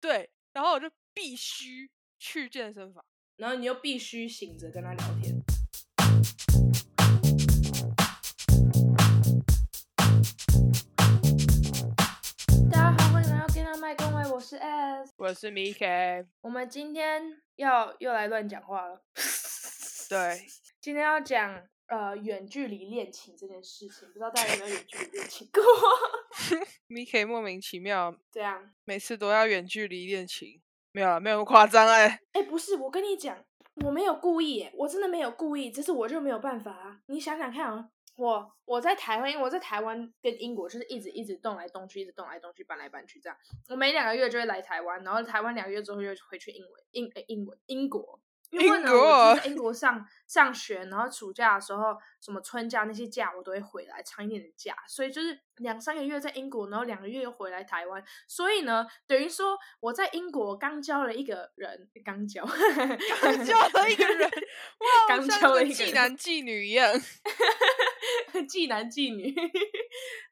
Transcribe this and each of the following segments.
对，然后我就必须去健身房。然后你又必须醒着跟他聊天。大家好，欢迎来到电脑麦公维，我是 S。我是 Miki，我们今天要又来乱讲话了。对，今天要讲呃远距离恋情这件事情，不知道大家有没有远距离恋情过？ Miki 莫名其妙这样，每次都要远距离恋情，没有了，没有那么夸张 哎、哎、不是，我跟你讲，我没有故意耶，我真的没有故意，只是我就没有办法啊。你想想看啊，我我在台湾，因为我在台湾跟英国就是一直一直动来动去，一直动来动去，搬来搬去这样。我每两个月就会来台湾，然后台湾两个月之后又回去英文英呃英文英国。因为呢，英国我就是在英国上上学，然后暑假的时候，什么春假那些假我都会回来，长一点的假，所以就是两三个月在英国，然后两个月又回来台湾，所以呢，等于说我在英国刚交了一个人，刚交，刚交了一个 人，哇，我刚像交个了一个妓人男妓女一样。 既男既女，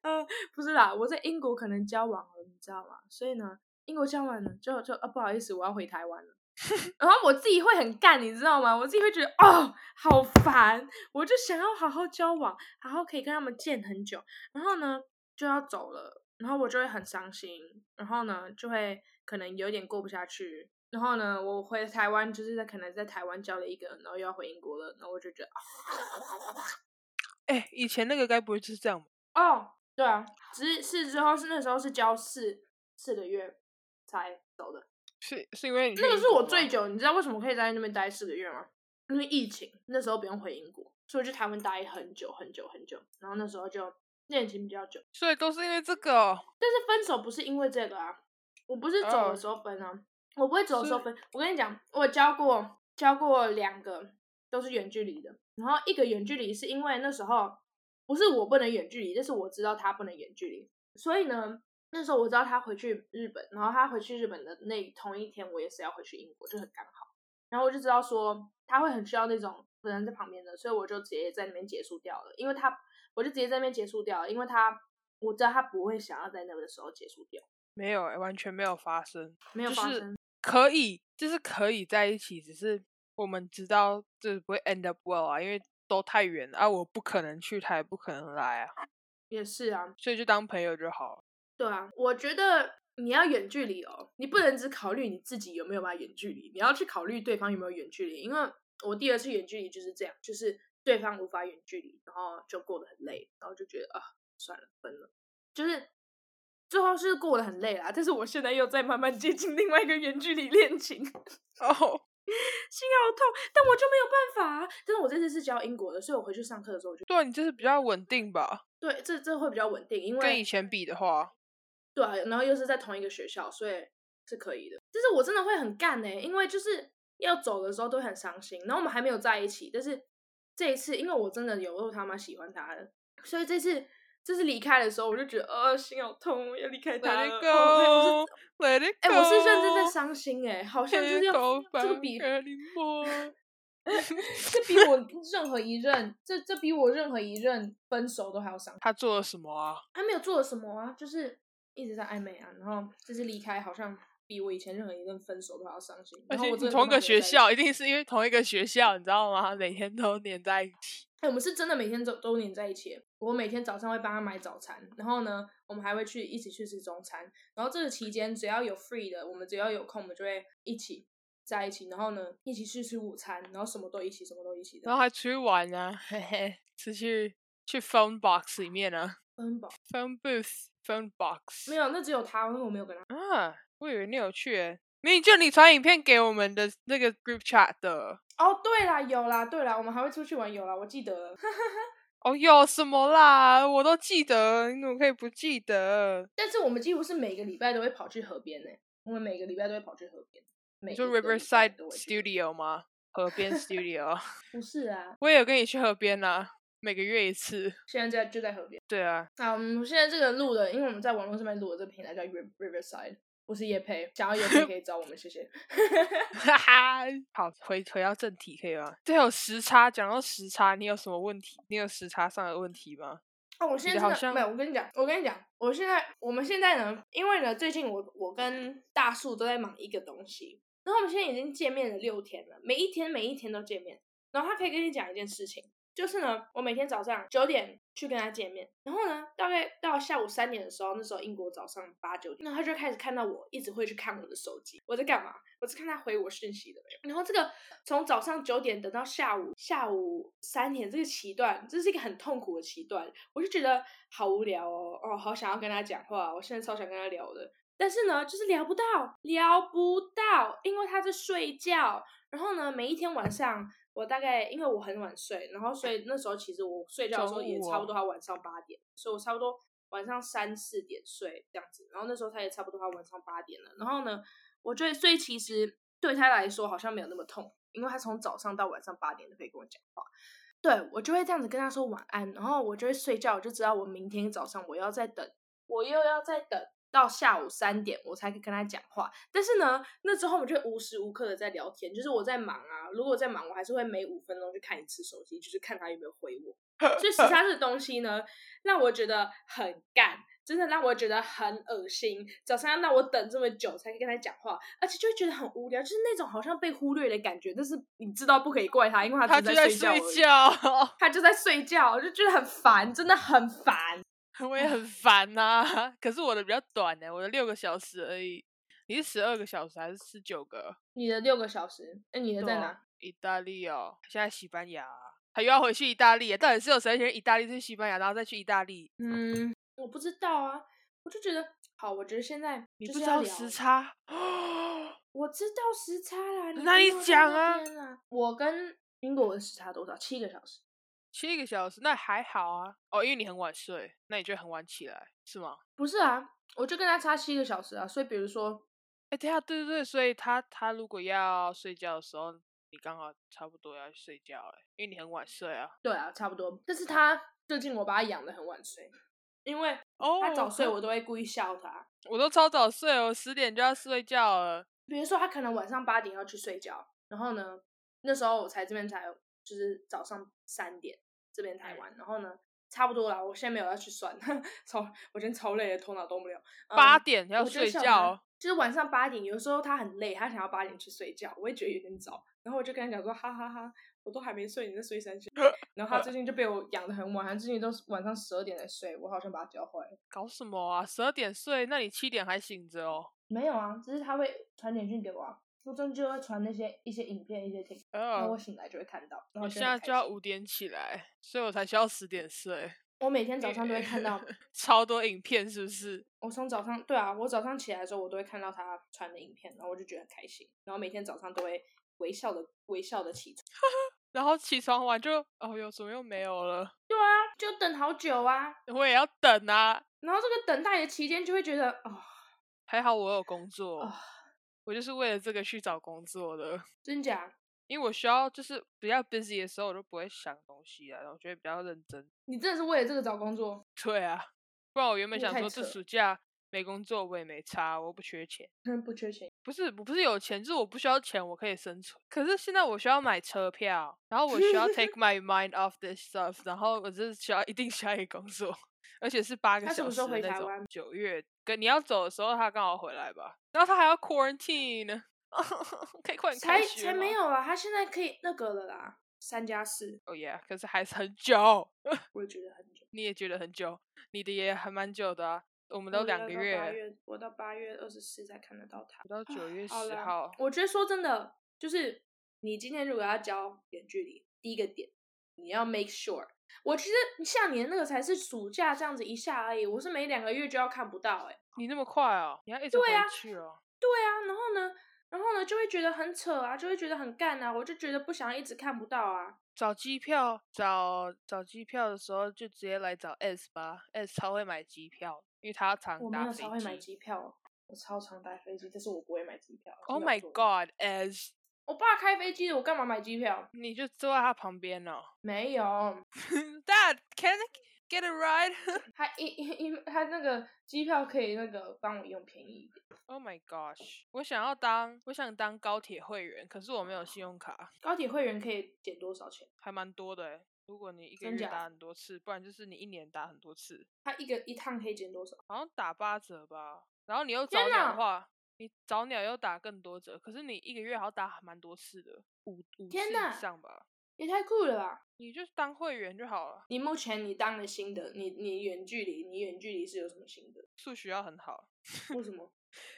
呃，不是啦，我在英国可能交往了，你知道吗？所以呢，英国交往了，就就啊，不好意思，我要回台湾了。 然后我自己会很干，你知道吗？我自己会觉得哦，好烦，我就想要好好交往，然后可以跟他们见很久，然后呢就要走了，然后我就会很伤心，然后呢就会可能有点过不下去，然后呢我回台湾就是在可能在台湾交了一个，然后又要回英国了，然后我就觉得哎、以前那个该不会就是这样吧？哦，对啊，只是是之后是那时候是交四四个月才走的，是是因为你去那个英是国我吗最久，你知道为什么可以在那边待四个月吗？因为疫情，那时候不用回英国，所以我去台湾待很久很久很久，然后那时候就恋情比较久，所以都是因为这个、哦。但是分手不是因为这个啊，我不是走哦的时候分啊，我不会走的时候是分。我跟你讲，我交过交过两个都是远距离的，然后一个远距离是因为那时候不是我不能远距离，但是我知道他不能远距离，所以呢。那时候我知道他回去日本，然后他回去日本的那同一天，我也是要回去英国，就很刚好。然后我就知道说他会很需要那种人在旁边的，所以我就直接在那边结束掉了，因为他我就直接在那边结束掉了，因为他我知道他不会想要在那个时候结束掉，没有、欸，完全没有发生，没有就发是生。可以，就是可以在一起，只是我们知道这不会 end up well 啊，因为都太远了啊，我不可能去，他也不可能来啊，也是啊，所以就当朋友就好了。 对啊，我觉得你要远距离哦，你不能只考虑你自己有没有办法远距离，你要去考虑对方有没有远距离。因为我第二次远距离就是这样，就是对方无法远距离，然后就过得很累，然后就觉得啊，算了，分了，就是。最后是过得很累啦，但是我现在又在慢慢接近另外一个远距离恋情。哦，心好痛，但我就没有办法、啊。但是我这次是教英国的，所以我回去上课的时候，我就对你这是比较稳定吧？对这这会比较稳定，因跟以为前比的话，对、啊，然后又是在同一个学校，所以是可以的。但是我真的会很干呢、欸因为就是要走的时候都会很伤心。然后我们还没有在一起，但是这一次，因为我真的有够他妈喜欢他了，所以这次这次离开的时候，我就觉得呃心好痛，我要离开他 Let 了。 it go, 哦哦 let it 哎、 go。我是哎、我是认真在伤心哎、好像就是要这个比这比我任何一任，这这比我任何一任分手都还要伤。 他做了什么啊？他没有做了什么啊，就是一直在暧昧啊，然后这次离开好像比我以前任何一任分手都还要伤心。而然后且我你真的同一个跟他没有学在一校，起一定是因为同一个学校，你知道吗？ 每天都黏在一起。 哎、我们是真的每天都都黏在一起。我每天早上会帮他买早餐，然后呢，我们还会去一起去吃中餐。然后这个期间只要有 free 的，我们只要有空，我们就会一起在一起，然后呢，一起去吃午餐，然后什么都一起，什么都一起的。然后还出去玩啊，嘿嘿，是去去 phone box 里面啊分吧， ，phone booth phone box。没有，那只有他，因为我没有跟他。啊，我以为你有去欸，明明就你传影片给我们的那个 group chat 的。哦，对啦，有啦，对啦，我们还会出去玩，有啦，我记得了。 哦，有什么啦？我都记得，你怎么可以不记得？但是我们几乎是每个礼拜都会跑去河边呢、欸我们每个礼拜都会跑去河边。每你说一个礼拜 Riverside 都会去 Studio 吗？河边 Studio，不是啊， 我也有跟你去河边啦、每个月一次。现在在就在河边。 对啊，啊，我们现在这个录的，因为我们在网络上面录的这个平台叫 Riv- Riverside，不是叶配，想要叶配可以找我们，谢谢。哈哈。 好，回回到正题可以吗？对，有时差，讲到时差，你有什么问题？你有时差上的问题吗？哦，我现在好真的像没有，我跟你讲，我跟你讲，我现在我们现在呢，因为呢，最近我我跟大树都在忙一个东西，然后我们现在已经见面了六天了，每一天每一天都见面，然后他可以跟你讲一件事情，就是呢，我每天早上九点去跟他见面，然后呢，大概到下午三点的时候，那时候英国早上八九点，那他就开始看到我一直会去看我的手机，我在干嘛？我是看他回我讯息的没有。然后这个从早上九点等到下午下午三点这个期段，这是一个很痛苦的期段，我就觉得好无聊哦，哦，好想要跟他讲话，我现在超想跟他聊的。但是呢，就是聊不到，聊不到，因为他在睡觉。然后呢，每一天晚上，我大概因为我很晚睡，然后所以那时候其实我睡觉的时候中也午差不哦多到晚上八点，所以我差不多晚上三四点睡这样子。然后那时候他也差不多到晚上八点了。然后呢，我觉得所以其实对他来说好像没有那么痛，因为他从早上到晚上八点都可以跟我讲话。对我就会这样子跟他说晚安，然后我就会睡觉，我就知道我明天早上我要再等，我又要再等到下午三点我才可以跟他讲话。但是呢，那之后我就会无时无刻的在聊天，就是我在忙啊，如果我在忙，我还是会每五分钟去看一次手机，就是看他有没有回我。所以时差这东西呢，让我觉得很干，真的让我觉得很恶心。早上要让我等这么久才可以跟他讲话，而且就会觉得很无聊，就是那种好像被忽略的感觉。但是你知道不可以怪他，因为他只就是在在睡而已觉， 他就在睡觉，我就觉得很烦，真的很烦。我也 很烦呐、 可是我的比较短呢、我的六个小时而已。你是十二个小时还是十九个？你的六个小时，那你的对在啊哪？？意大利哦，现在西班牙，啊他又要回去意大利，到底是有谁先意大利去西班牙，然后再去意大利？嗯，我不知道啊，我就觉得好，我觉得现在你就不是知要道聊时，差？哦我知道时差啦，那你你不要在讲那啊边啦！我跟英国的时差多少？七个小时。七个小时，那还好啊。哦，因为你很晚睡，那你就很晚起来，是吗？不是啊，我就跟他差七个小时啊，所以比如说，哎，对啊，对对对，所以他他如果要睡觉的时候，你刚好差不多要去睡觉了，因为你很晚睡啊。对啊，差不多。但是他最近我把他养的很晚睡，因为哦，他早睡，可我都会故意笑他。我都超早睡哦，我十点就要睡觉了。比如说他可能晚上八点要去睡觉，然后呢，那时候我才这边才就是早上三点这边嗯台湾，然后呢差不多啦，我现在没有要去算， 超我今天超累的，头脑动不了。嗯八点要我就睡想啊觉他哦，就是晚上八点，有时候他很累，他想要八点去睡觉，我也觉得有点早，然后我就跟他讲说，哈哈哈我都还没睡，你在睡三岁。 然后他最近就被我养的很晚，他最近都是晚上十二点才睡，我好像把他教坏了。搞什么啊？十二点睡，那你七点还醒着哦？没有啊，只是他会传简讯给我啊，初中就会传那些一些影片、一些听，然后我呃，醒来就会看到，然我后现就很在开就要心五点起来，所以我才需要十点睡。我每天早上都会看 到，超多影片是不是？我从早上对啊，我早上起来的时候，我都会看到他传的影片，然后我就觉得很开心，然后每天早上都会微笑的微笑的起床，然后起床完就哦哟，怎么又没有了？就等好久啊，我也要等啊。然后这个等待的期间就会觉得哦，还好我有工作，啊我就是为了这个去找工作的。真假？因为我需要就是比较 busy 的时候，我就不会想东西啊，然后我觉得比较认真。你真的是为了这个找工作？对啊，不然我原本那想太说这扯暑假没工作，我也没差，我又不缺钱。嗯，不缺钱。不是，我不是有钱，就是我不需要钱，我可以生存。可是现在我需要买车票，然后我需 要 take my mind off this stuff，然后我就是需要一定需要一个工作，而且是八个他什小么时时候的回那台种湾。九月跟你要走的时候，他刚好回来吧，然后他还要 quarantine 呢，可以快点才开学才没吗。有啊，他现在可以那个了啦，三加四，哦耶！可是还是很久，我也觉得很久。你也觉得很久，你的也还蛮久的啊。我们都我两要个到月，八月，我到八月二十四才看得到他。我到九月好十啦号。我觉得说真的，就是你今天如果要教远距离，第一个点你要 make sure。我其实像你的那个才是暑假这样子一下而已，我是每两个月就要看不到哎、你那么快哦？你要一直回对啊去哦？对啊，然后呢，然后呢就会觉得很扯啊，就会觉得很干啊，我就觉得不想一直看不到啊。找机票，找找机票的时候就直接来找 S 吧，S 超会买机票，因为他常我没搭有飞超会买机。机票哦，我超常搭飞机，但是我不会买机票。 Oh 是老 my 做的 God，S，我爸开飞机的，我干嘛买机票？你就坐在他旁边哦。 没有， Dad，can I get a ride？Oh 他一 一一他那个机票可以那个帮我用便宜一点。Oh my gosh，我想要当我想当高铁会员，可是我没有信用卡，高铁会员可以减多少钱？还蛮多的诶。欸如果你一个真月假打很多次，不然就是你一年打很多次，他一个一趟可以减多少？好像打八折吧。然后你又早天鸟哪的话，你早鸟又打更多折，可是你一个月好像打蛮多次的，五五次天以哪上吧。也太酷了吧！你就当会员就好了，你目前你当了新的，你你远距离，你远距离是有什么心得？数学要很好， 为什么？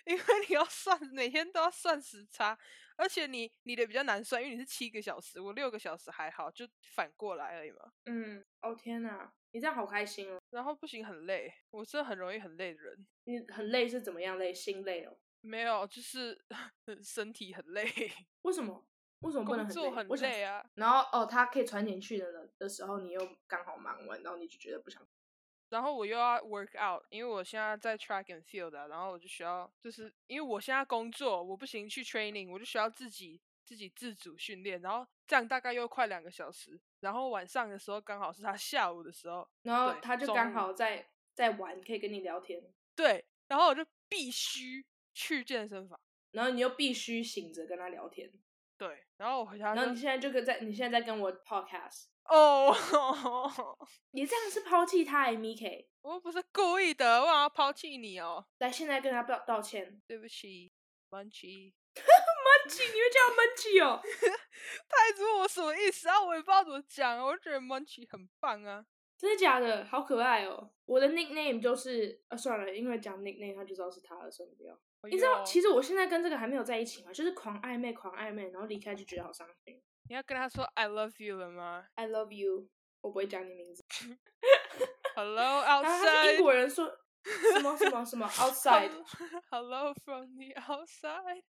因为你要算，每天都要算时差，而且你你的比较难算，因为你是七个小时，我六个小时还好，就反过来而已嘛。嗯，哦天哪，你这样好开心哦！然后不行，很累，我真的很容易很累的人。你很累是怎么样累？心累哦？没有，就是 身体很累，为什么？为什么不工能很作累？很我想累啊。然后哦，他可以传简讯的人的时候，你又刚好忙完，然后你就觉得不想。然后我又要 work out，因为我现在在 track and field，、啊、然后我就需要，就是因为我现在工作，我不行去 training，我就需要自己自己自主训练，然后这样大概又快两个小时，然后晚上的时候刚好是他下午的时候，然后对他就中刚午好在在玩，可以跟你聊天，对，然后我就必须去健身房，然后你又必须醒着跟他聊天，对，然后我回家然就后你现在就跟在你现在在跟我 podcast，哦，你这样是抛弃他欸 m i k 我又不是故意的，我想要抛弃你哦，来现在跟他道道歉，对不起，Munchie。闷 气，你会叫他闷气哦，太知道我什么意思啊？我也不知道怎么讲啊，我就觉得 Munchie 很棒啊。 真的假的？好可爱哦！我的 nickname 就是，呃、算了，因为讲 nickname 他就知道是他了，所以不要。哎你知道，呦其实我现在跟这个还没有在一起嘛，就是狂暧昧，狂暧昧，然后离开就觉得好伤心。你要跟他说 I love you 了吗 I love you，我不会讲你名字。 ？Hello 然后啊他是英 outside，国人说什么什么什 么 outside。 Hello from the outside。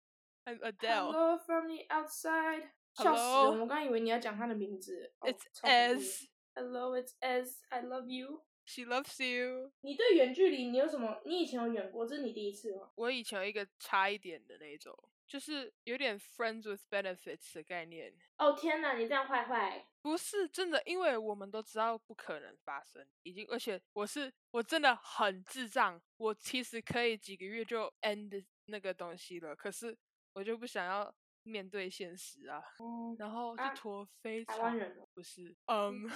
I'm Adele. Hello from the outside，笑死了！ Hello 我刚以为你要讲他的名字。哦 It's 超恐怖 as Hello, it's as I love you。 she loves you。你对远距离你有什么？你以前有远过，这是你第一次吗？我以前有一个差一点的那一种，就是有点 friends with benefits 的概念。哦天哪，你这样坏坏！不是真的，因为我们都知道不可能发生，已经，而且我是我真的很智障，我其实可以几个月就 end 那个东西了，可是我就不想要面对现实啊，哦，然后就啊拖非常、台湾人哦不是，嗯，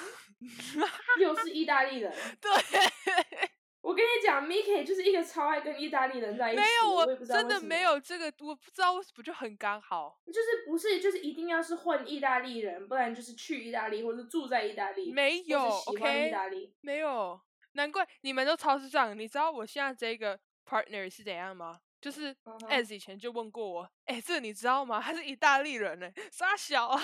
又是意大利人。 对，我跟你讲，Miki 就是一个超爱跟意大利人在一起的。没有我我也不知道真为的什没么，有这个，我不知道为什么就很刚好，就是不是就是一定要是混意大利人，不然就是去意大利或者住在意大利，没有或是喜欢，OK，意大利。没有，难怪你们都超智障。你知道我现在这个 partner 是怎样吗？就是嗯哼 as 以前就问过我，哎、这个你知道吗？他是意大利人呢、傻小啊！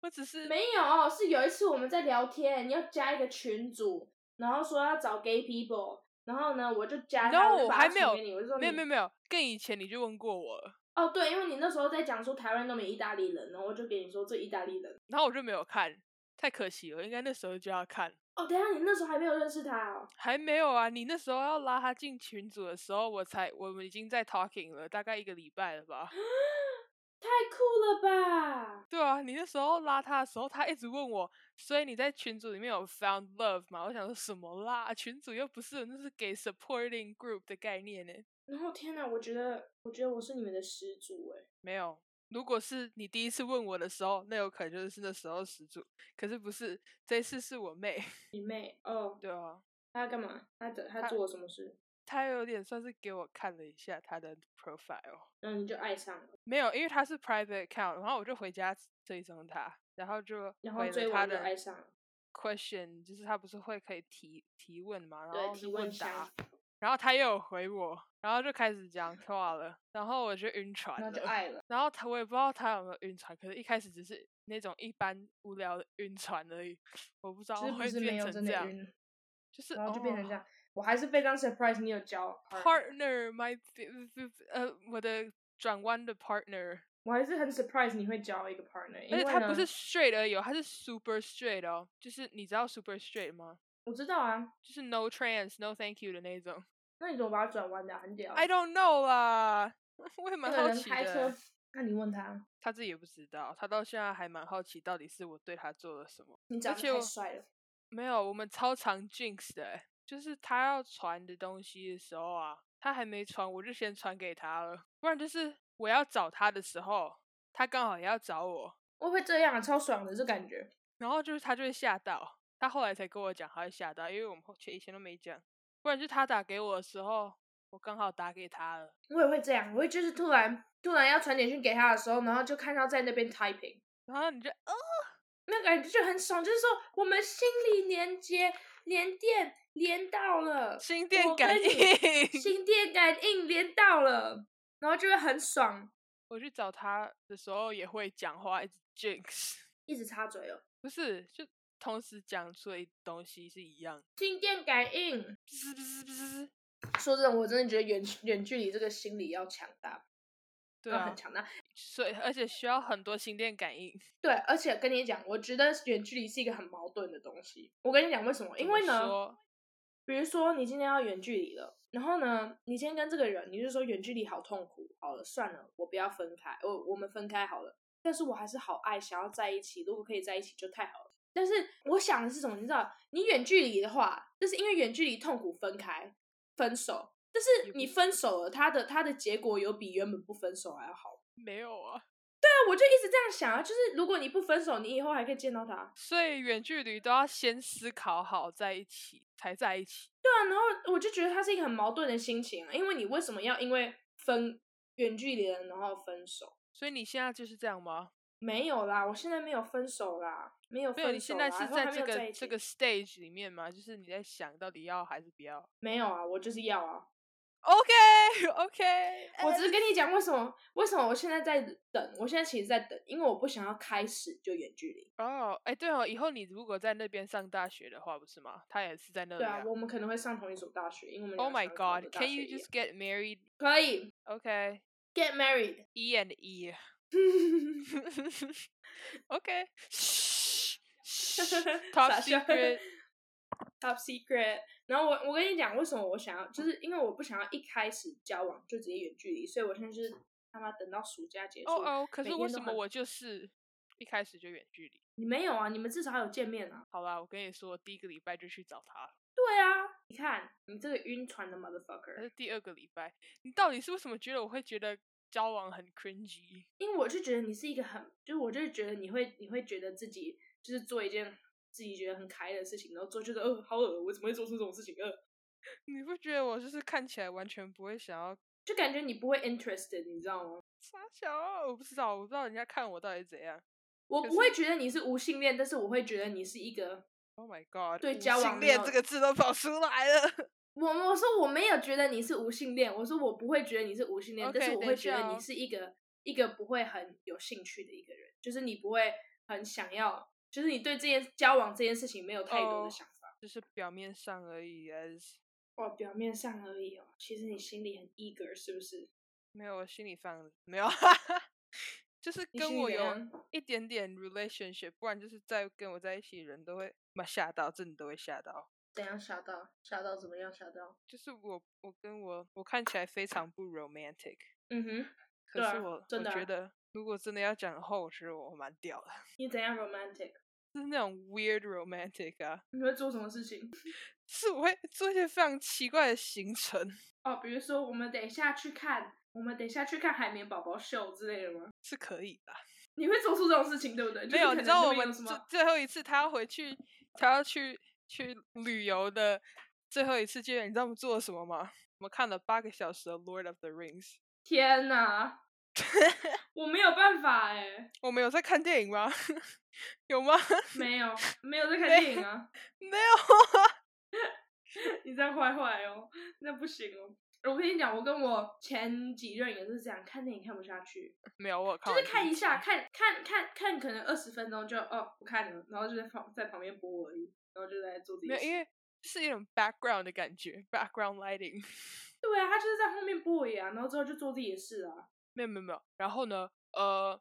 我只是没有，是有一次我们在聊天，你要加一个群组，然后说要找 gay people，然后呢，我就加他 No，我就把还他没有传给你，我就说没有你没有没有，更以前你就问过我了，哦，对，因为你那时候在讲说台湾都没意大利人，然后我就给你说这意大利人。然后我就没有看，太可惜了，应该那时候就要看。哦，等一下你那时候还没有认识他 哦，还没有啊！你那时候要拉他进群组的时候，我才我们已经在 talking 了，大概一个礼拜了吧？ 太酷了吧！对啊，你那时候拉他的时候，他一直问我，所以你在群组里面有 found love 吗？我想说什么啦？群组又不是，那是给 supporting group 的概念呢。然后天哪，我觉得，我觉得我是你们的始祖哎。没有，如果是你第一次问我的时候，那有可能就是那时候始祖，可是不是，这一次是我妹。 你妹哦，对啊，他要干嘛？他的他他做了什么事？她有点算是给我看了一下她的 profile，然后你就爱上了，没有，因为她是 private account，然后我就回家追踪她，然后就然后回了追她完就的爱上了， question，就是他不是会可以提提问嘛，然对，后提是问答箱，，然后他又有回我，然后就开始 讲话了，然后我就晕船然后就啊了。爱了。然后他我也不知道他有没有晕船，可是一开始只是那种一般无聊的晕船而已，我不知道就是不会是变没有成真这的样，晕，就是然后就变成哦这样。我还是非常 surprise 你有交 partner partner my b- b- b- 呃我的转弯的 partner，我还是很 surprise 你会交一个 partner，因而为且他不呢是 straight 而已哦，他是 super straight 哦，就是你知道 super straight 吗？我知道啊，就是 no trans no thank you 的那种。那你怎么把它转弯的啊、很屌。 I don't know 啦， 我也那蛮个好人奇开车的。，欸那你问他，他自己也不知道，他到现在还蛮好奇，到底是我对他做了什么？你长而得且我太帅了，没有，我们超常 jinx 的欸、就是他要传的东西的时候啊，他还没传，我就先传给他了。不然就是我要找他的时候，他刚好也要找我，我会不会这样啊？超爽的这感觉。然后就是他就会吓到，他后来才跟我讲他会吓到，因为我们后前以前都没讲，不然就他打给我的时候，我刚好打给他了。我也会这样，我会就是突然突然要传简讯给他的时候，然后就看到在那边 typing，然后你就哦，那感觉就很爽，就是说我们心理连接连电连到了，心电我感跟哦你应，心电感应连到了，然后就会很爽，我去找他的时候也会讲话，一直 jinx， 一直插嘴哦，不是就同时讲出的东西是一样，心电感应。滋滋滋滋，说真的，我真的觉得远远距离这个心理要强大，对要啊嗯很，强大。所以而且需要很多心电 感应。对，而且跟你讲，我觉得远距离是一个很矛盾的东西。我跟你讲为什么？因为怎么呢，说比如说你今天要远距离了，然后呢，你今天跟这个人，你就说远距离好痛苦，好了，算了，我不要分开，我我们分开好了。但是我还是好爱，想要在一起，如果可以在一起就太好了。但是我想的是什么？你知道，你远距离的话，就是因为远距离痛苦分开分手，但也是不你分手了，他的他的结果有比原本不分手还要好。没有啊？对，我就一直这样想啊，就是如果你不分手，你以后还可以见到他。所以远距离都要先思考好在一起才在一起。对啊，然后我就觉得他是一个很矛盾的心情啊，因为你为什么要因为分远距离的人然后分手？所以你现在就是这样吗？没有啦，我现在没有分手啦，没有没分手有，啦，你现在是然后还在没这有在个一起这个 stage 里面吗？就是你在想到底要还是不要没有啊，我就是要啊， ？OK OK， 我只是跟你讲为什么为什么我现在在等，我现在其实在等，因为我不想要开始就远距离。哦，哎，对哦，以后你如果在那边上大学的话，不是吗？他也是在那里对啊，我们可能会上同一所大学，因为我们 Oh my 两个上同一所大 God，Can 学 you 一样 just get married? 可以 OK, get married？ E and E. OK. 嘘嘘 傻，Top 笑 secret. Top secret。然后我我跟你讲，为什么我想要，就是因为我不想要一开始交往就直接远距离，所以我现在就是他妈等到暑假结束。哦哦，可每是为天什都么很我就是一开始就远距离？你没有啊？你们至少还有见面啊？好啦，我跟你说，我第一个礼拜就去找他了，对啊，你看你这个晕船的可是 motherfucker，第二个礼拜，你到底是为什么觉得我会觉得交往很 cringy？ 因为我就觉得你是一个很，就是我就是觉得你会你会觉得自己就是做一件自己觉得很开的事情，然后做觉得呃好恶，我怎么会做出这种事情？呃，你不觉得我就是看起来完全不会想要就感觉你不会 interested，你知道吗？傻小啊？我不知道，我不知道人家看我到底怎样。我可不会觉得你是无性恋，但是我会觉得你是一个 Oh my god！对无交性往没恋有这个字都跑出来了。 我我说我没有觉得你是无性恋，我说我不会觉得你是无性恋 OK，但是我等一会觉下得哦你是一个一个不会很有兴趣的一个人，就是你不会很想要，就是你对这件交往这件事情没有太多哦的想法。就是表面上而已，as 哦，表面上而已哦，其实你心里很 eager 是不是？没有我心里放没有， 就是你跟心里我怎有样一点点 relationship，不然就是在跟我在一起的人都会妈吓到，真的都会吓到。怎样吓到？吓到怎么样？吓到？就是我我跟我我看起来非常不 romantic，嗯哼，可对是啊我、真我的觉啊得如果真的要讲的话，我觉得我蛮屌的，你怎样 romantic？就是那种 weird romantic 啊，你会做什么事情？就是我会做一些非常奇怪的行程。哦，比如说我们等一下去看，我们等一下去看海绵宝宝秀之类的吗？是可以的，你会做出这种事情，对不对？就是没有，可你能知道就我会们有什最么最后一次他要回去，他要去去旅游的最后一次见面，你知道我们做了什么吗？我们看了八个小时的《Lord of the Rings 天 哪，我没有办法哎、》，我们有在看电影吗？ 有吗？没有，没有在看没电影啊！没有 啊。你这样坏坏哦，那不行哦。我跟你讲，我跟我前几任也是这样，看电影看不下去，没有，我有就看是完看第一下，集，看看看看，可能二十分钟就哦不看了，然后就在旁在旁边播而已，然后就在做自己没有，的事。因为是一种 background 的感觉，background lighting。对啊，他就是在后面播而已啊，然后之后就做自己的事啊。没有没有没有。然后呢，呃，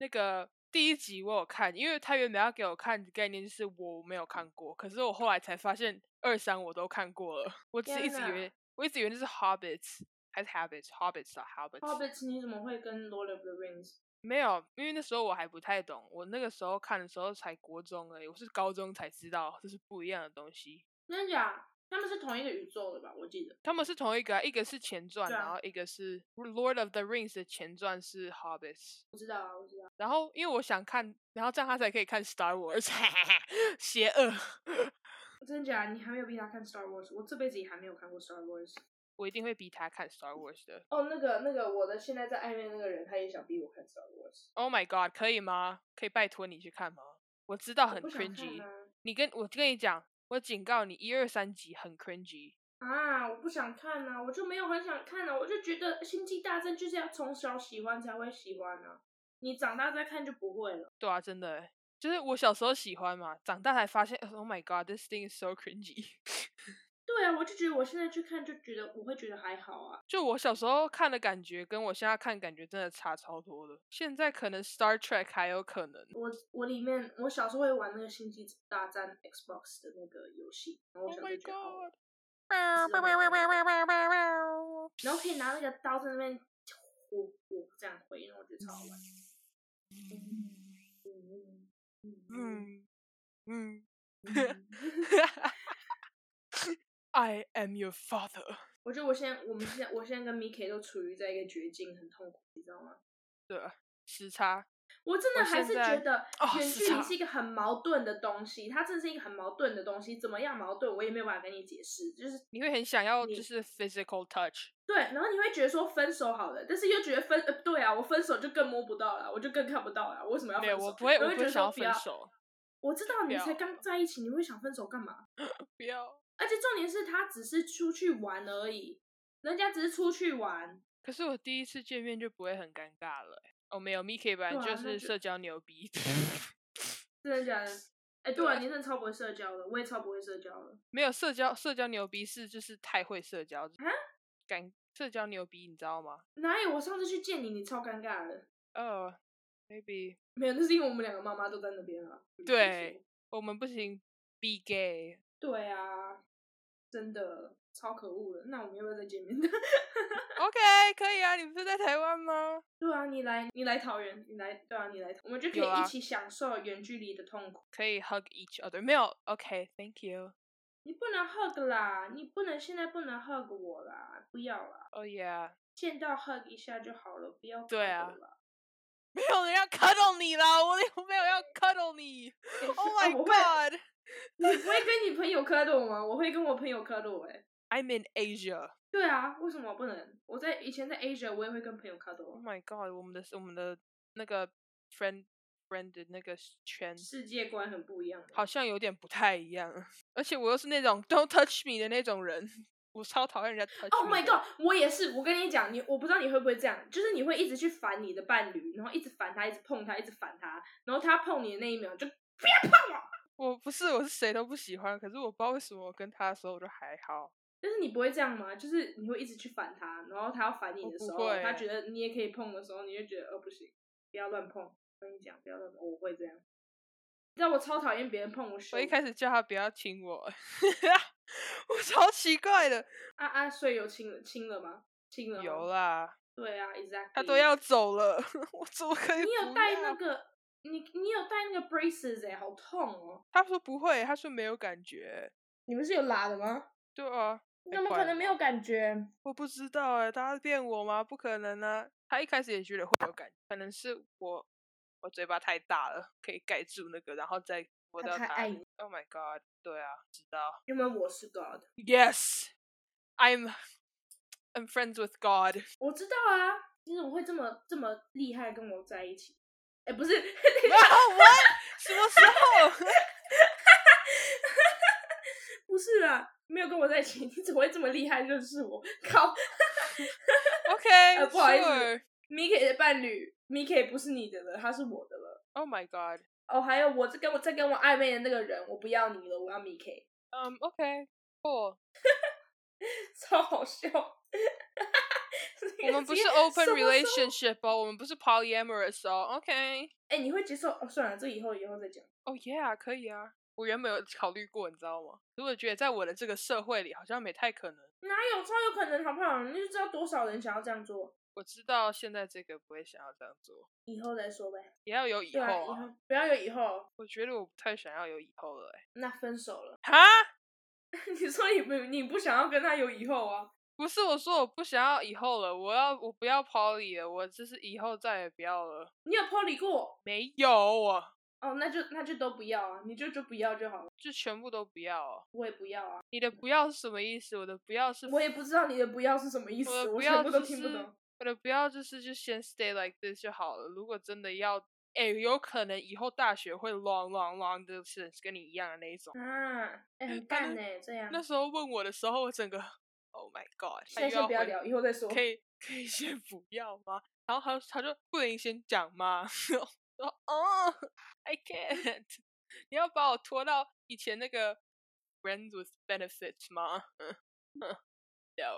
那个第一集我有看，因为他原本要给我看的概念就是我没有看过，可是我后来才发现二三我都看过了。我只是一直天以哪为，我一直以为那是 Hobbits 还是 Habits，Hobbits 啊 Hobbits，, Hobbit，你怎么会跟 Lord of the Rings？没有，因为那时候我还不太懂，我那个时候看的时候才国中而已，我是高中才知道这是不一样的东西。真的假？他们是同一个宇宙的吧？我记得。他们是同一个啊、一个是前传，对啊然后一个是《Lord of the Rings》的前传是《Hobbit》，我知道啊，我知道。然后因为我想看，然后这样他才可以看《Star Wars》，邪恶， 真假？你还没有逼他看 Star Wars，我这辈子也还没有看过 Star Wars。我一定会逼他看《Star Wars》的。哦，那个那个，我的现在在暧昧那个人，他也想逼我看 Star Wars。 Oh my god，可以吗？可以拜托你去看吗？我知道我很不想看啊 cringy，你跟我跟你讲，我警告你，一二三集很 cringy。啊！啊，我不想看啊，我就没有很想看啊，我就觉得《星际大战》就是要从小喜欢才会喜欢啊，你长大再看就不会了。对啊，真的欸，就是我小时候喜欢嘛，长大才发现，Oh my god，this thing is so cringy。 对啊，我就觉得我现在去看就觉得我会觉得还好啊。就我小时候看的感觉，跟我现在看感觉真的差超多的。现在可能 Star Trek 还有可能，我我里面我小时候会玩那个《星际大战》Xbox 的那个游戏，然后我 Oh 小 my 时候就觉得哦 god！然后可以拿那个刀在那边呼呼这样挥，然后我觉得超好玩。嗯嗯嗯嗯， ，I am your father。我觉得我现在我们现在我现在跟 Miki 都处于在一个绝境，很痛苦，你知道吗？时差，我真的我还现是在觉得哦远时距离差是一个很矛盾的东西，它真的是一个很矛盾的东西，怎么样矛盾我也没有办法跟你解释，就是你会很想要你就是 physical touch。对，然后你会觉得说分手好了，但是又觉得分、呃、对啊，我分手就更摸不到了，我就更看不到了，我为什么要分对，手？我不会，我我会不觉得会想说要不分手，我知道不你才要刚在一起，你会想分手干嘛？不要。而且重点是他只是出去玩而已，人家只是出去玩，可是我第一次见面就不会很尴尬了欸、哦，没有，Miki 本来对啊就那是就社交牛逼。 真的假的？哎、对对啊，啊你真的超不会社交的，我也超不会社交的。没有社交，社交牛逼是就是太会社交，啊感社交牛逼，你知道吗？哪有？我上次去见你，你超尴尬的。哦、m a y b e 没有，那是因为我们两个妈妈都在那边啊。对，我们不行，be gay。对啊，真的超可恶的。那我们要不要再见面？ OK，可以啊，你不是在台湾吗？对啊，你来，你来桃园，你来，对啊，你来，我们就可有以啊一起享受远距离的痛苦。可以 hug each other，没有？OK，thank、you。你不能 hug 啦，你不能现在不能 hug 我啦，不要啦， Oh yeah，见到 hug 一下就好了，不要对啊 cuddle 啦没有人要 cuddle 你啦，我我没有要 cuddle 你。欸 Oh 哎 my 我会 god，I'm 你不会跟你朋友 cuddle 吗？我会跟我朋友 cuddle 哎、 in Asia。对啊，为什么不能？我在以前在 Asia 我也会跟朋友 cuddle， Oh 啊 my god，我们的我们的那个 friend friend 的那个圈世界观很不一样。好，像有点不太一样，而且我又是那种 don't touch me 的那种人，我超讨厌人家 touch me。 Oh my god！我也是，我跟你讲，你我不知道你会不会这样，就是你会一直去烦你的伴侣，然后一直烦他，一直碰他，一直烦他，然后他碰你的那一秒就不要碰我。我不是我是谁都不喜欢，可是我不知道为什么我跟他的时候我就还好。但是你不会这样吗？就是你会一直去烦他，然后他要烦你我的不时候，会他觉得你也可以碰的时候，你就觉得哦不行，不要乱碰。我跟你讲，不要乱碰，我会这样。你知道我超讨厌别人碰我手我一开始叫他不要亲我， 我超奇怪的。啊啊，所以有亲了亲了吗？亲了吗有。啦，啊对啊，exactly。他都要走了， 我怎么可以？你有戴那？个，你你有戴那个 braces 哎、好痛哦！他说不会，他说没有感觉。你们是有拉的吗？对啊，怎么可能没有感觉？我不知道哎、他骗我吗？不可能啊！他一开始也觉得会有感觉，可能是我我嘴巴太大了，可以盖住那个，然后再摸他到太他爱那你个。Oh my god！对啊，知道。因为我是 God， Yes，I'm I'm friends with God。 我知道啊。你怎么会这么这么厉害跟我在一起？哎、不是， 然后哦 what？什么时候？不是啊，没有跟我在一起， 你怎么会这么厉害认识我？靠 OK，、呃不好意思 sure ，Miki 的伴侣，Miki 不是你的了，他是我的了。 Oh my god。哦，还有我在跟我在跟我暧昧的那个人，我不要你了，我要 Miki， 嗯、o k cool。超好笑。我们 不是 open relationship 哦，我们不是 polyamorous 哦。OK。哎、你会接受？哦，算了，这以后以后再讲。哦、yeah，可以啊。我原本有考虑过，你知道吗？如果觉得在我的这个社会里好像没太可能，哪有超有可能，好不好？你就知道多少人想要这样做，我知道现在这个不会想要这样做，以后再说呗。也要有以对啊，以后后啊。不要有以后，我觉得我不太想要有以后了、欸，那分手了。哈， 你说你不你不想要跟他有以后啊？不是我说我不想要以后了，我要我不要 poly 了，我就是以后再也不要了。你有 poly 过？没有我哦，那就那就都不要啊，你就就不要就好了。就全部都不要哦、我也不要啊，你的不要是什么意思？我的不要是我也不知道你的不要是什么意思，我的我不全要部都就听不是懂。我的不要就是就先 stay like this 就好了。如果真的要，哎，有可能以后大学会 long long long distance 跟你一样的那一种。啊，哎、很嗯反干正呢、这样。那时候问我的时候，我整个 Oh my God！他现在又先不要回聊，以后再说。可以可以先不要吗？然后他他就不能先讲吗？ 我说哦，I can't，你 要把我拖到以前那个 friends with benefits 吗？No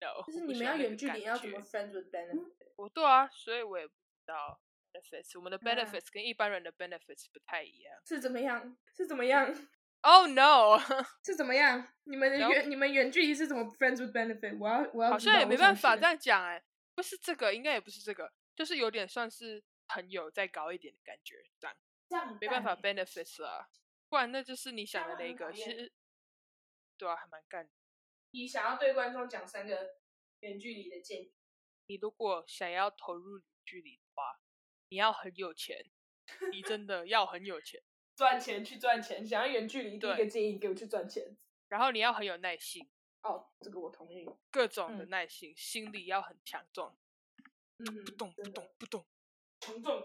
no，就是我不你喜欢们要那个远距感离要怎么觉 friends with benefit？我对啊，所以我也不知道 benefits，我们的啊 benefits 跟一般人的 benefits 不太一样。是怎么样？是怎么样？ Oh no， 是怎么样？你们的了远你们远距离是怎么 friends with benefit？我要我要好知像道也我没想办法学这样讲哎、不是这个，应该也不是这个，就是有点算是朋友再高一点的感觉，这样这样很没办干法欸 benefits 啦，不然那就是你想这的样那个，很讨其厌实对啊，还蛮干的。你想要对观众讲三个远距离的建议？你如果想要投入距离的话，你要很有钱，你真的要很有钱，赚钱去赚钱，想要远距离，第一对个建议给我去赚钱。然后你要很有耐心，哦，这个我同意。各种的嗯耐心，心理要很强壮，嗯，不动不真的动不动。从众。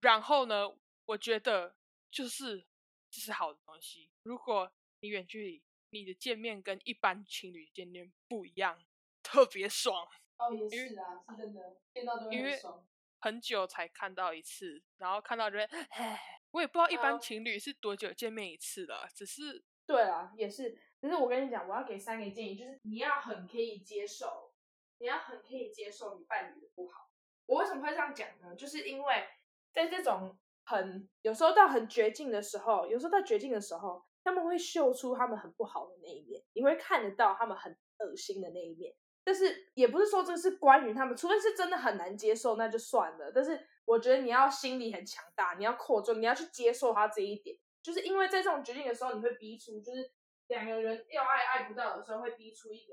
然后呢，我觉得就是这是好的东西。如果你远距离，你的见面跟一般情侣见面不一样，特别爽，哦，也因为是啊，是真的，见到都会因很为爽。很久才看到一次，然后看到就会，唉，我也不知道一哦般情侣是多久见面一次的，只是对啊，也是。可是我跟你讲，我要给三个建议，就是你要很可以接受，你要很可以接受你伴侣的不好。我为什么会这样讲呢？就是因为在这种很有时候到很绝境的时候，有时候到绝境的时候，他们会秀出他们很不好的那一面，你会看得到他们很恶心的那一面。但是也不是说这是关于他们，除非是真的很难接受，那就算了。但是我觉得你要心理很强大，你要扩张，你要去接受他这一点。就是因为在这种决定的时候，你会逼出就是两个人要爱爱不到的时候，会逼出一个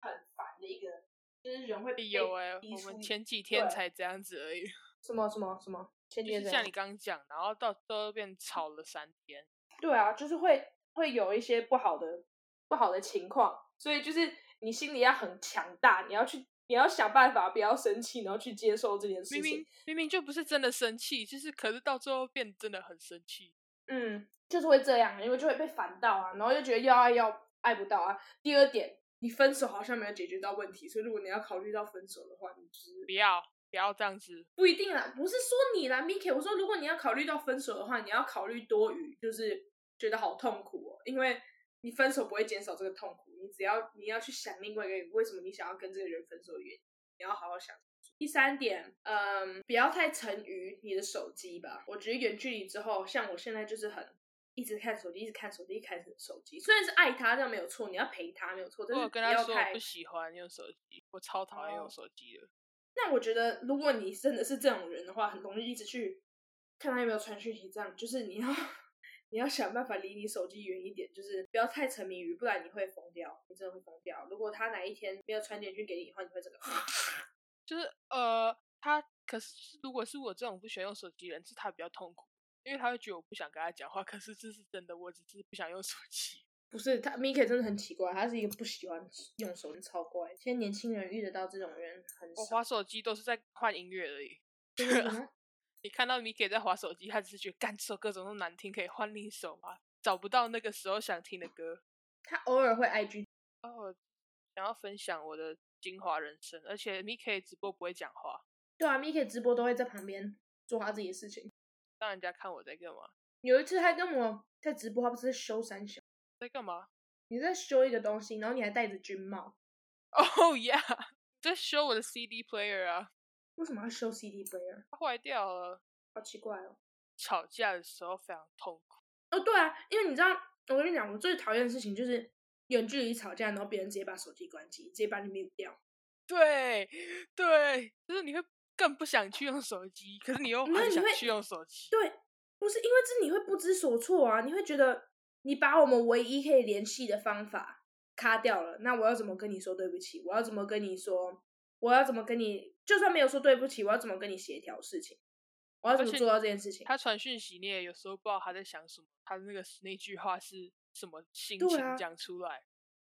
很烦的一个，就是人会哎被呦哎、逼我出们前几天对才这样子而已，什么什么什么，前就天是怎像样你刚刚讲，然后到都变吵了三天，对啊，就是会会有一些不好的不好的情况，所以就是你心里要很强大，你要去你要想办法不要生气，然后去接受这件事明情明。明明就不是真的生气，就是可是到最后变真的很生气。嗯，就是会这样，因为就会被烦到啊，然后又觉得要爱要爱不到啊。第二点，你分手好像没有解决到问题，所以如果你要考虑到分手的话，你就是不要不要这样子，不一定啦，不是说你啦，Miki，我说如果你要考虑到分手的话，你要考虑多余，就是觉得好痛苦哦，因为你分手不会减少这个痛苦，你只要你要去想另外一个人为什么你想要跟这个人分手的原因，你要好好想。第三点，嗯，不要太沉于你的手机吧。我觉得远距离之后，像我现在就是很一直看手机，一直看手机，一直看手机。虽然是爱他，这样没有错，你要陪他没有错，我但是有不跟他要说我太不喜欢用手机，我超讨厌哦用手机的。那我觉得，如果你真的是这种人的话，很容易一直去看他有没有传讯息，这样就是你要你要想办法离你手机远一点，就是不要太沉迷于，不然你会疯掉，你真的会疯掉。如果他哪一天没有传简讯给你以后，你会整个 就是呃，他可是如果是我这种不喜欢用手机的人，是他比较痛苦，因为他会觉得我不想跟他讲话。可是这是真的，我只是不想用手机。不是他 Miki 真的很奇怪，他是一个不喜欢用手机超怪。现在年轻人遇得到这种人很我少，划手机都是在换音乐而已。真的吗你看到米给在划手机，他只是觉得干这首歌怎么那么难听，可以换另一首吗？找不到那个时候想听的歌。他偶尔会 IG 哦，想要分享我的精华人生，而且 Miki 直播不会讲话，对啊，Miki 直播都会在旁边做他自己的事情。让人家看我在干嘛，有一次他跟我在直播，他不是在修三小。在干嘛。 你在修一个东西，然后你还戴着军帽，哦呀，在修我的 CD player 啊，为什么要修 CD player？它坏掉了。好奇怪哦。吵架的时候非常痛苦，哦，对啊，因为你知道，我跟你讲，我最讨厌的事情就是远距离吵架，然后别人直接把手机关机，直接把你 mute 掉。对对，就是你会更不想去用手机，可是你又那很你想会去用手机。对，不是因为这你会不知所措啊，你会觉得你把我们唯一可以联系的方法卡掉了，那我要怎么跟你说对不起？我要怎么跟你说？我要怎么跟你？就算没有说对不起，我要怎么跟你协调事情？我要怎么而且做到这件事情？他传讯息，你也有时候不知道他在想什么，他那个那句话是什么心对情啊讲出来。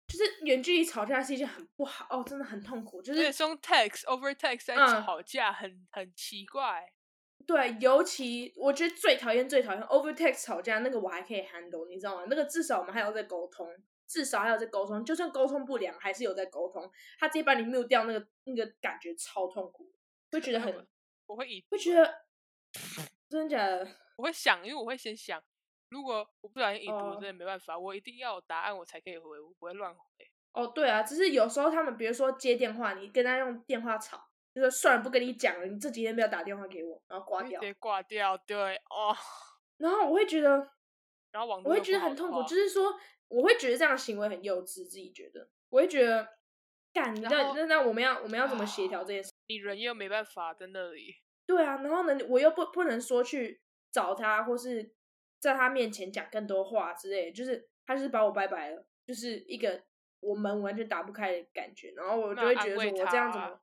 就是远距离吵架是一件很不好哦，真的很痛苦。就而且是是用 text over text 在嗯吵架，很很奇怪。对，尤其我觉得最讨厌最讨厌 overtext 吵架那个我还可以 handle，你知道吗？那个至少我们还有在沟通，至少还有在沟通，就算沟通不良还是有在沟通。他直接把你 mute 掉，那个那个感觉超痛苦，会觉得那很我会以会觉得真的假的？我会想，因为我会先想，如果我不小心已读，我哦真的没办法，我一定要有答案，我才可以回，我不会乱回。哦，对啊，只是有时候他们比如说接电话，你跟他用电话吵，就说算了，不跟你讲了，你这几天不要打电话给我，然后挂就直掉。接挂掉，对哦。 然后我会觉得然后网络我会又不觉得好哦很的痛苦，话就是说，我会觉得这样的行为很幼稚，自己觉得，我会觉得，干，你知然道，后啊那那我们要我们要怎么协调这件事？你人又没办法在那里，对啊，然后呢，我又不不能说去找他，或是在他面前讲更多话之类的，就是他就是把我拜拜了，就是一个我门完全打不开的感觉，然后我就那会安觉得慰说我这样怎他么。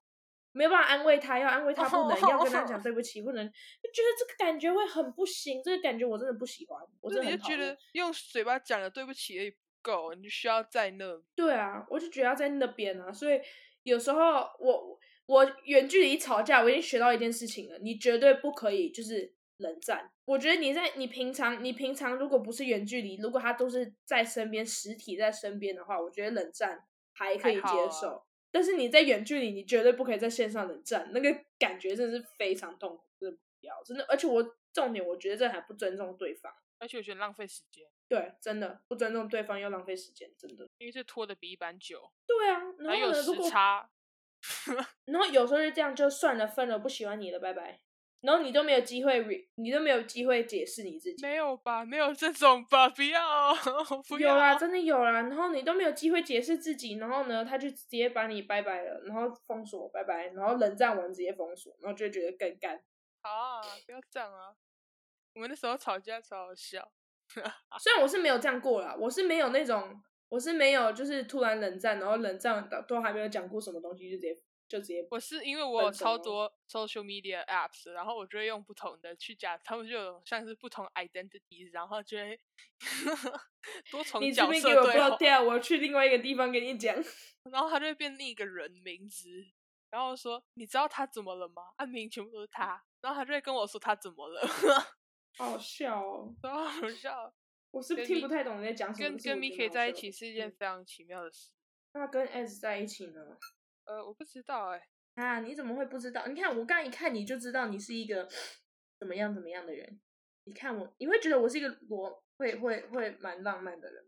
没有办法安慰他，要安慰他不能，要跟他哦 讲对不起不能，就觉得这个感觉会很不行，这个感觉我真的不喜欢，我真那你的很就讨觉厌得用嘴巴讲的对不起也不够，你需要在那里对啊，我就觉得要在那边啊，所以有时候我我远距离吵架，我已经学到一件事情了，你绝对不可以就是冷战。我觉得你在你平常你平常如果不是远距离，如果他都是在身边实体在身边的话，我觉得冷战还可还以接好啊受。但是你在远距离，你绝对不可以在线上冷战，那个感觉真的是非常痛苦，真的不要，真的。而且我重点，我觉得这还不尊重对方，而且我觉得浪费时间，对，真的不尊重对方又浪费时间，真的。因为这拖的比一般久，对啊，然还后有呢，如时果差，然后有时候就这样，就算了，分了，不喜欢你了，拜拜。然后你都没有机会 re，你都没有机会解释你自己。没有吧？没有这种吧？不要，不有啊要啦，真的有啦。然后你都没有机会解释自己，然后呢，他就直接把你拜拜了，然后封锁拜拜，然后冷战完直接封锁，然后就觉得更干。啊！不要这样啊！我们那时候吵架超好笑，啊虽然我是没有这样过啦，我是没有那种，我是没有就是突然冷战，然后冷战到都还没有讲过什么东西就直接就直接。我是因为我有分手超了多 social media apps，然后我就会用不同的去加，他们就有像是不同 identities，然后就会 多重你这角边给色我对话 block 我去另外一个地方跟你讲。 然后他就会变另一个人名字，然后说你知道他怎么了吗？按名全部都是他，然后他就会跟我说他怎么了， 好笑哦，然后好笑。我是跟听咪不太懂你在讲什么。跟可是我跟觉得 Miki 蛮好在一笑的起是一件嗯非常奇妙的事。那跟 S 在一起呢？呃，我不知道哎、啊，你怎么会不知道？你看我刚一看你就知道你是一个怎么样怎么样的人。你看我，你会觉得我是一个罗会会会蛮浪漫的人。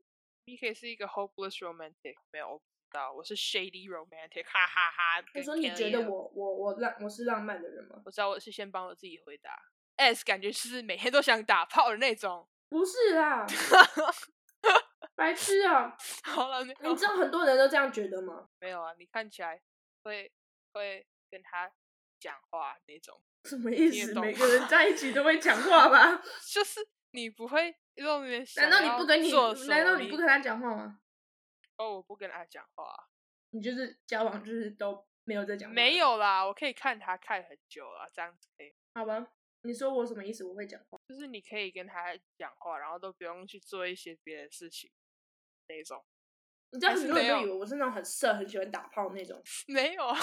m i k i 是一个 hopeless romantic，没有，我不知道，我是 shady romantic，哈哈哈。我跟说你觉 Kelly 得的？我我我浪我是浪漫的人吗？我知道我是先帮我自己回答。S 感觉是每天都想打炮的那种。 不是啦，白痴 啊！好了，没有你知道很多人都这样觉得吗？没有啊？你看起来会会跟他讲话那种。什么意你也思？懂每个人在一起都会讲话吧？就是你不会用你的想难道你要不跟你做什？难道么你不跟他讲话吗？哦，我不跟他讲话，你就是交往就是都没有在讲话，没有啦，我可以看他看很久了，这样子可以。好吧？你说我什么意思？我会讲话。就是你可以跟他讲话，然后都不用去做一些别的事情那种。 你知道还是很多人没都有以为我是那种很色、很喜欢打炮那种，没有啊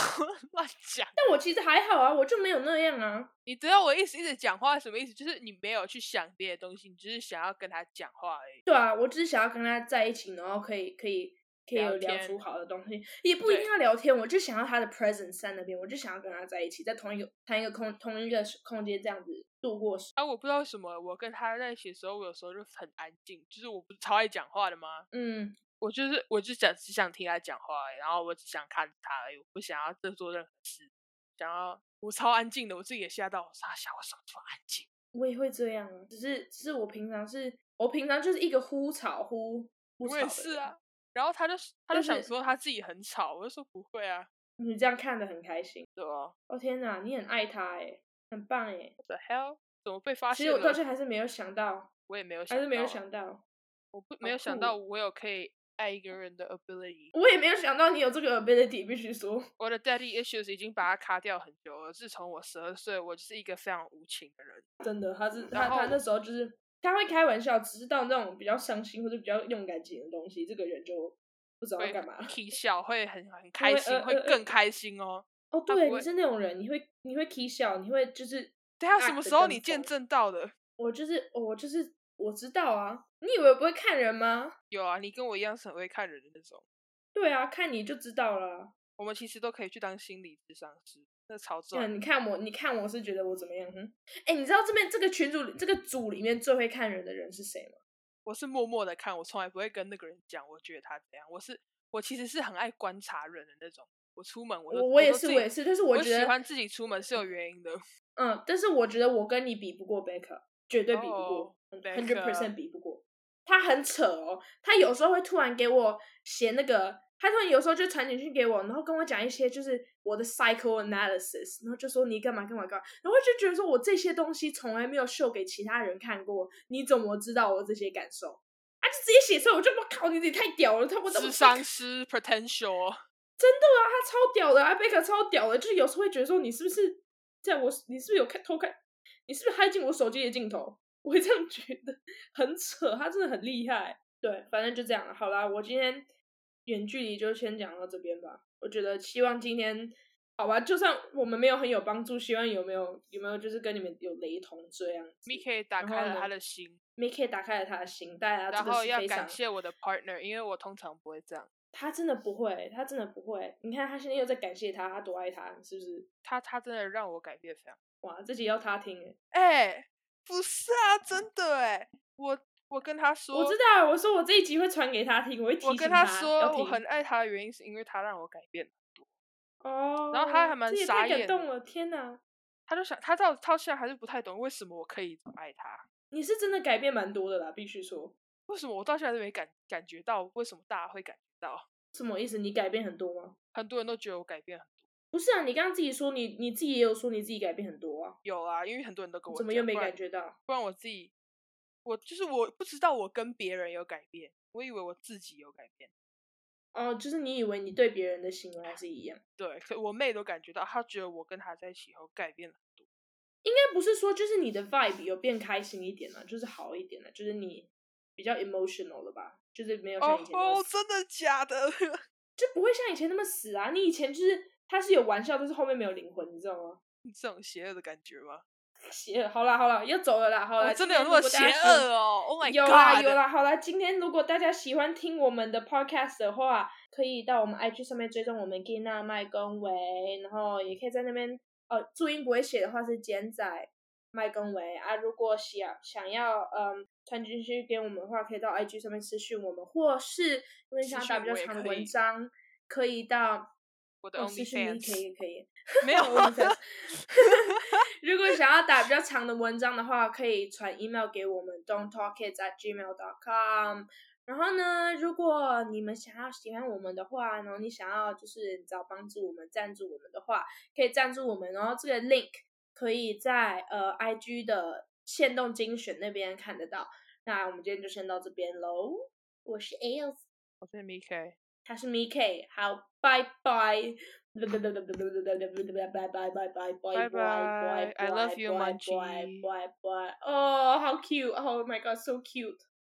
乱讲，但我其实还好啊，我就没有那样啊。你知道我意思一直讲话是什么意思？就是你没有去想别的东西，你只是想要跟他讲话而已。对啊，我只是想要跟他在一起，然后可以可以可以聊有聊天出好的东西，也不一定对要聊天，我就想要他的 presence 在那边，我就想要跟他在一起，在同一个同一个空同一个空间这样子度过时。啊，我不知道为什么，我跟他在一起的时候，我有时候就很安静，就是我不是超爱讲话的吗？嗯，我就是我就想只想听他讲话而已，然后我只想看他而已，我不想要再做任何事，想要我超安静的，我自己也吓到，我傻笑，我什么这么安静？我也会这样啊，只是只是我平常是我平常就是一个忽吵忽忽吵我也的人。是啊。然后他就 他就但想是说他自己很吵，我就说不会啊，你这样看的很开心。对吧哦天哪，你很爱他哎、很棒哎、 ？What the hell？怎么被发其现实了？我到现在还是没有想到，我也没有想，啊还是没有，想到。我不没有想酷哦到我有可以爱一个人的 ability。我也没有想到你有这个 ability，必须说。我的 daddy issues 已经把它卡掉很久了。自从我十二岁，我就是一个非常无情的人。真的，他是他然后他那时候就是他会开玩笑，只是到那种比较伤心或者比较用感情的东西，这个人就不知道会干嘛。啼笑，会很很开心，呃会呃呃更开心哦。哦，他对，不你会是那种人，你会你会 k 笑，你会就是等一下 act 什么时候更你见疯？证到的？我就是我就是我知道啊，你以为我不会看人吗？有啊，你跟我一样是很会看人的那种。对啊，看你就知道了啊。我们其实都可以去当心理咨商师，那超嗯，赚。你看我，你看我是觉得我怎么样？哼，哎，你知道这边这个群组里这个组里面最会看人的人是谁吗？我是默默的看，我从来不会跟那个人讲，我觉得他怎样。我是我其实是很爱观察人的那种。我出门我就我我也都自是，我己也是，但是我觉得喜欢自己出门是有原因的。嗯，但是我觉得我跟你比不过 Baker，绝对比不哦过，hundred Baker percent 比不过。他很扯哦，他有时候会突然给我写那个，他突然有时候就传简讯给我，然后跟我讲一些就是我的 psychoanalysis，然后就说你干嘛干嘛干嘛，然后我就觉得说我这些东西从来没有秀给其他人看过，你怎么知道我这些感受？他就直接写出来，我就我靠，你也太屌了，他 我怎么智商师 potential 哦真的啊，他超屌的啊，贝克超屌的，就是有时候会觉得说你是不是在我，你是不是有看偷看，你是不是嗨进我手机的镜头？我会这样觉得，很扯，他真的很厉害。对，反正就这样了。好啦，我今天远距离就先讲到这边吧。我觉得希望今天好吧，就算我们没有很有帮助，希望有没有有没有就是跟你们有雷同这样子。 ，Miki 打然开后了他呢的心， Miki 打开了他的心，大家然这个后是要非感常谢我的 partner，因为我通常不会这样。他真的不会，他真的不会。你看他现在又在感谢他，他多爱他，是不是？他他真的让我改变非常。哇，这集要他听哎，哎、不是啊，真的哎、我我跟他说，我知道，我说我这一集会传给他听，我会提我醒跟他说要我听很爱他的原因是因为他让我改变，哦，然后他还蛮这也傻太眼感的动了，天哪！他就想他到到现在还是不太懂为什么我可以这么爱他，你是真的改变蛮多的啦，必须说。为什么我到现在都没感感觉到为什么大家会感觉到，什么意思？你改变很多吗？很多人都觉得我改变很多。不是啊，你刚刚自己说你你自己也有说你自己改变很多啊，有啊，因为很多人都跟我怎么又讲没不然感觉到？不然我自己，我就是我不知道我跟别人有改变，我以为我自己有改变。哦，就是你以为你对别人的行为还是一样，对，可我妹都感觉到，她觉得我跟她在一起以后改变了很多。应该不是说就是你的 vibe 有变开心一点了、就是好一点了、就是你比较 emotional 了吧，就是没有像以前那么哦，真的假的？就不会像以前那么死啊。你以前就是他是有玩笑，但是后面没有灵魂，你知道吗？这种邪恶的感觉吗？邪恶，好啦好啦，要走了啦，好啦，我真的有那么今天如果邪大家喜欢恶哦？Oh my god！有啦有啦，好啦，今天如果大家喜欢听我们的 podcast 的话，可以到我们 IG 上面追踪我们 Gina 麦公维，然后也可以在那边哦，注音不会写的话是简仔麦公维啊。如果想想要嗯传进去给我们的话，可以到 IG 上面私讯我们，或是如果你想要打比较长的文章，可以到我的哦私讯你 OnlyFans 可以可以。没有我想 如果想要打比较长的文章的话，可以传 email 给我们 don't talk it at gmail dot com。然后呢，如果你们想要喜欢我们的话，然后你想要就是找帮助我们赞助我们的话，可以赞助我们。然后这个 link 可以在呃 IG 的限动精选那边看得到。那我们今天就先到这边喽。我是 a l s 我是 Miki，他是 Miki，好，拜拜。拜拜拜拜拜拜拜拜 Oh, 拜拜！哦，好 cute！Oh my god，so cute！